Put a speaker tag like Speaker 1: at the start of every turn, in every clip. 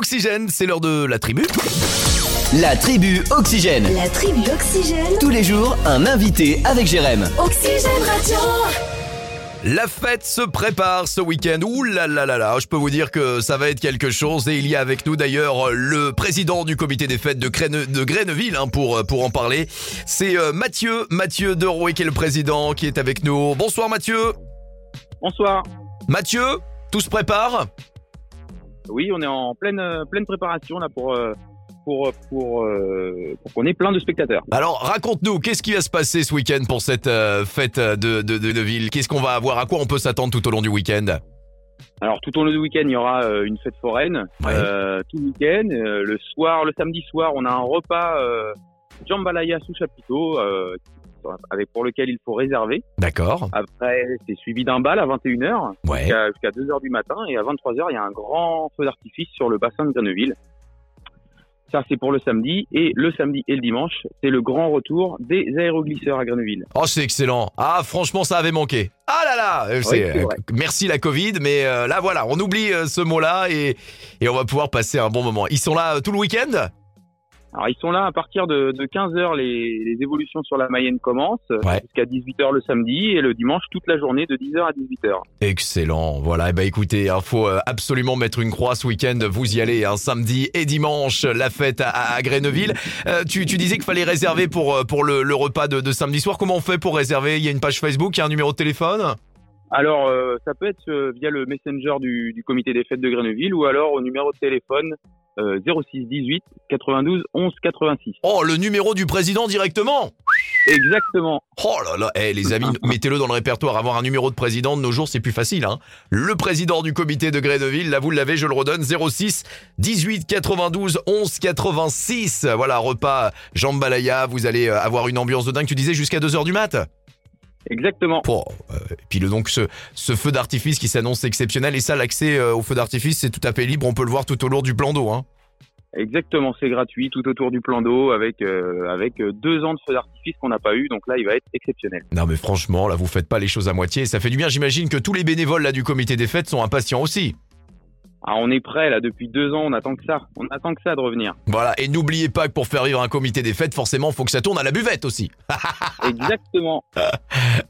Speaker 1: Oxygène, c'est l'heure de la tribu.
Speaker 2: La tribu Oxygène.
Speaker 3: La tribu Oxygène,
Speaker 2: Tous les jours, un invité avec Jérém.
Speaker 3: Oxygène Radio.
Speaker 1: La fête se prépare ce week-end. Ouh là là là là, je peux vous dire que ça va être quelque chose. Et il y a avec nous d'ailleurs le président du comité des fêtes de, Crène- de Grenneville hein, pour, pour en parler. C'est euh, Mathieu, Mathieu Derouet qui est le président qui est avec nous. Bonsoir Mathieu.
Speaker 4: Bonsoir.
Speaker 1: Mathieu, tout se prépare
Speaker 4: Oui, on est en pleine euh, pleine préparation là pour euh, pour euh, pour, euh, pour qu'on ait plein de spectateurs.
Speaker 1: Alors raconte-nous, qu'est-ce qui va se passer ce week-end pour cette euh, fête de, de, de, de ville Qu'est-ce qu'on va avoir À quoi on peut s'attendre tout au long du week-end
Speaker 4: Alors tout au long du week-end, il y aura euh, une fête foraine
Speaker 1: Ouais.
Speaker 4: euh, tout le week-end. Euh, le soir, le samedi soir, on a un repas euh, jambalaya sous chapiteau euh, avec pour lequel il faut réserver.
Speaker 1: D'accord,
Speaker 4: Après, c'est suivi d'un bal à 21h
Speaker 1: ouais.
Speaker 4: jusqu'à jusqu'à 2h du matin et à 23h, il y a un grand feu d'artifice sur le bassin de Grenoble. Ça, c'est pour le samedi. Et le samedi et le dimanche, c'est le grand retour des aéroglisseurs à Grenoble.
Speaker 1: Oh, c'est excellent. Ah, franchement, ça avait manqué. Ah là là euh, c'est-
Speaker 4: c'est vrai.
Speaker 1: euh, Merci la Covid, mais euh, là voilà, on oublie euh, ce mot-là et, et on va pouvoir passer un bon moment. Ils sont là euh, tout le week-end
Speaker 4: Alors, ils sont là à partir de, de 15h, les, les évolutions sur la Mayenne commencent,
Speaker 1: Ouais.
Speaker 4: jusqu'à 18h le samedi et le dimanche toute la journée de 10h à 18h.
Speaker 1: Excellent. Voilà, et bah écoutez, il faut euh, absolument mettre une croix ce week-end. Vous y allez, hein, samedi et dimanche, la fête à, à, à Grenoble. Euh, tu, tu disais qu'il fallait réserver pour, euh, pour le, le repas de, de samedi soir. Comment on fait pour réserver Il y a une page Facebook, il y a un numéro de téléphone
Speaker 4: Alors, euh, ça peut être euh, via le messenger du, du comité des fêtes de Grenoble ou alors au numéro de téléphone euh, 06 18 92 11 86.
Speaker 1: Oh, le numéro du président directement
Speaker 4: Exactement.
Speaker 1: Oh là là, eh, les amis, mettez-le dans le répertoire. Avoir un numéro de président de nos jours, c'est plus facile. Hein. Le président du comité de Grenoble, là vous l'avez, je le redonne, 06 18 92 11 86. Voilà, repas jambalaya, vous allez euh, avoir une ambiance de dingue. Tu disais jusqu'à 2h du mat
Speaker 4: Exactement.
Speaker 1: Oh, euh, et puis le, donc ce, ce feu d'artifice qui s'annonce exceptionnel. Et ça, l'accès euh, au feu d'artifice, c'est tout à fait libre. On peut le voir tout au long du plan d'eau. Hein.
Speaker 4: Exactement, c'est gratuit tout autour du plan d'eau avec euh, avec euh, deux ans de feu d'artifice qu'on n'a pas eu, donc là il va être exceptionnel.
Speaker 1: Non mais franchement, là, vous faites pas les choses à moitié. Ça fait du bien. J'imagine que tous les bénévoles là du comité des fêtes sont impatients aussi.
Speaker 4: Ah, on est prêt là depuis deux ans, on attend que ça, on attend que ça de revenir.
Speaker 1: Voilà, et n'oubliez pas que pour faire vivre un comité des fêtes, forcément, faut que ça tourne à la buvette aussi.
Speaker 4: Exactement.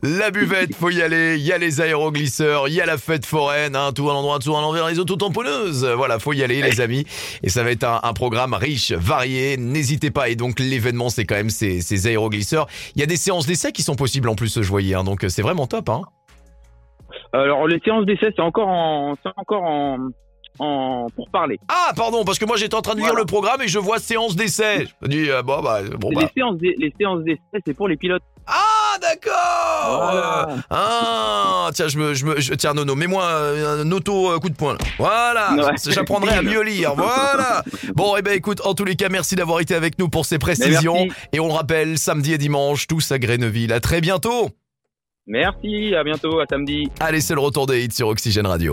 Speaker 1: La buvette, faut y aller, il y a les aéroglisseurs, il y a la fête foraine, hein, tout à l'endroit, tout à l'envers, les autotamponneuses. Voilà, faut y aller les amis. Et ça va être un, un programme riche, varié, n'hésitez pas. Et donc l'événement, c'est quand même ces, ces aéroglisseurs. Il y a des séances d'essai qui sont possibles en plus, je voyais, hein, donc c'est vraiment top. Hein.
Speaker 4: Alors les séances d'essai c'est encore en c'est encore en en pour parler.
Speaker 1: Ah, pardon, parce que moi j'étais en train de lire
Speaker 4: Voilà.
Speaker 1: le programme et je vois séance d'essai. Je me dis, euh, bon, bah, bon, bah.
Speaker 4: Les séances d'e- les séances d'essai c'est pour les pilotes.
Speaker 1: Ah, d'accord
Speaker 4: Voilà.
Speaker 1: Ah, tiens, je me, je me, je- tiens, Nono, mets-moi euh, un auto euh, coup de poing. là. Voilà,
Speaker 4: Ouais.
Speaker 1: j'apprendrai à mieux lire. Voilà. Bon, eh ben, écoute, en tous les cas, merci d'avoir été avec nous pour ces précisions.
Speaker 4: Mais Ben, merci.
Speaker 1: Et on le rappelle, samedi et dimanche, tous à Grenoble. À très bientôt.
Speaker 4: Merci, à bientôt, à samedi.
Speaker 1: Allez, c'est le retour des hits sur Oxygène Radio.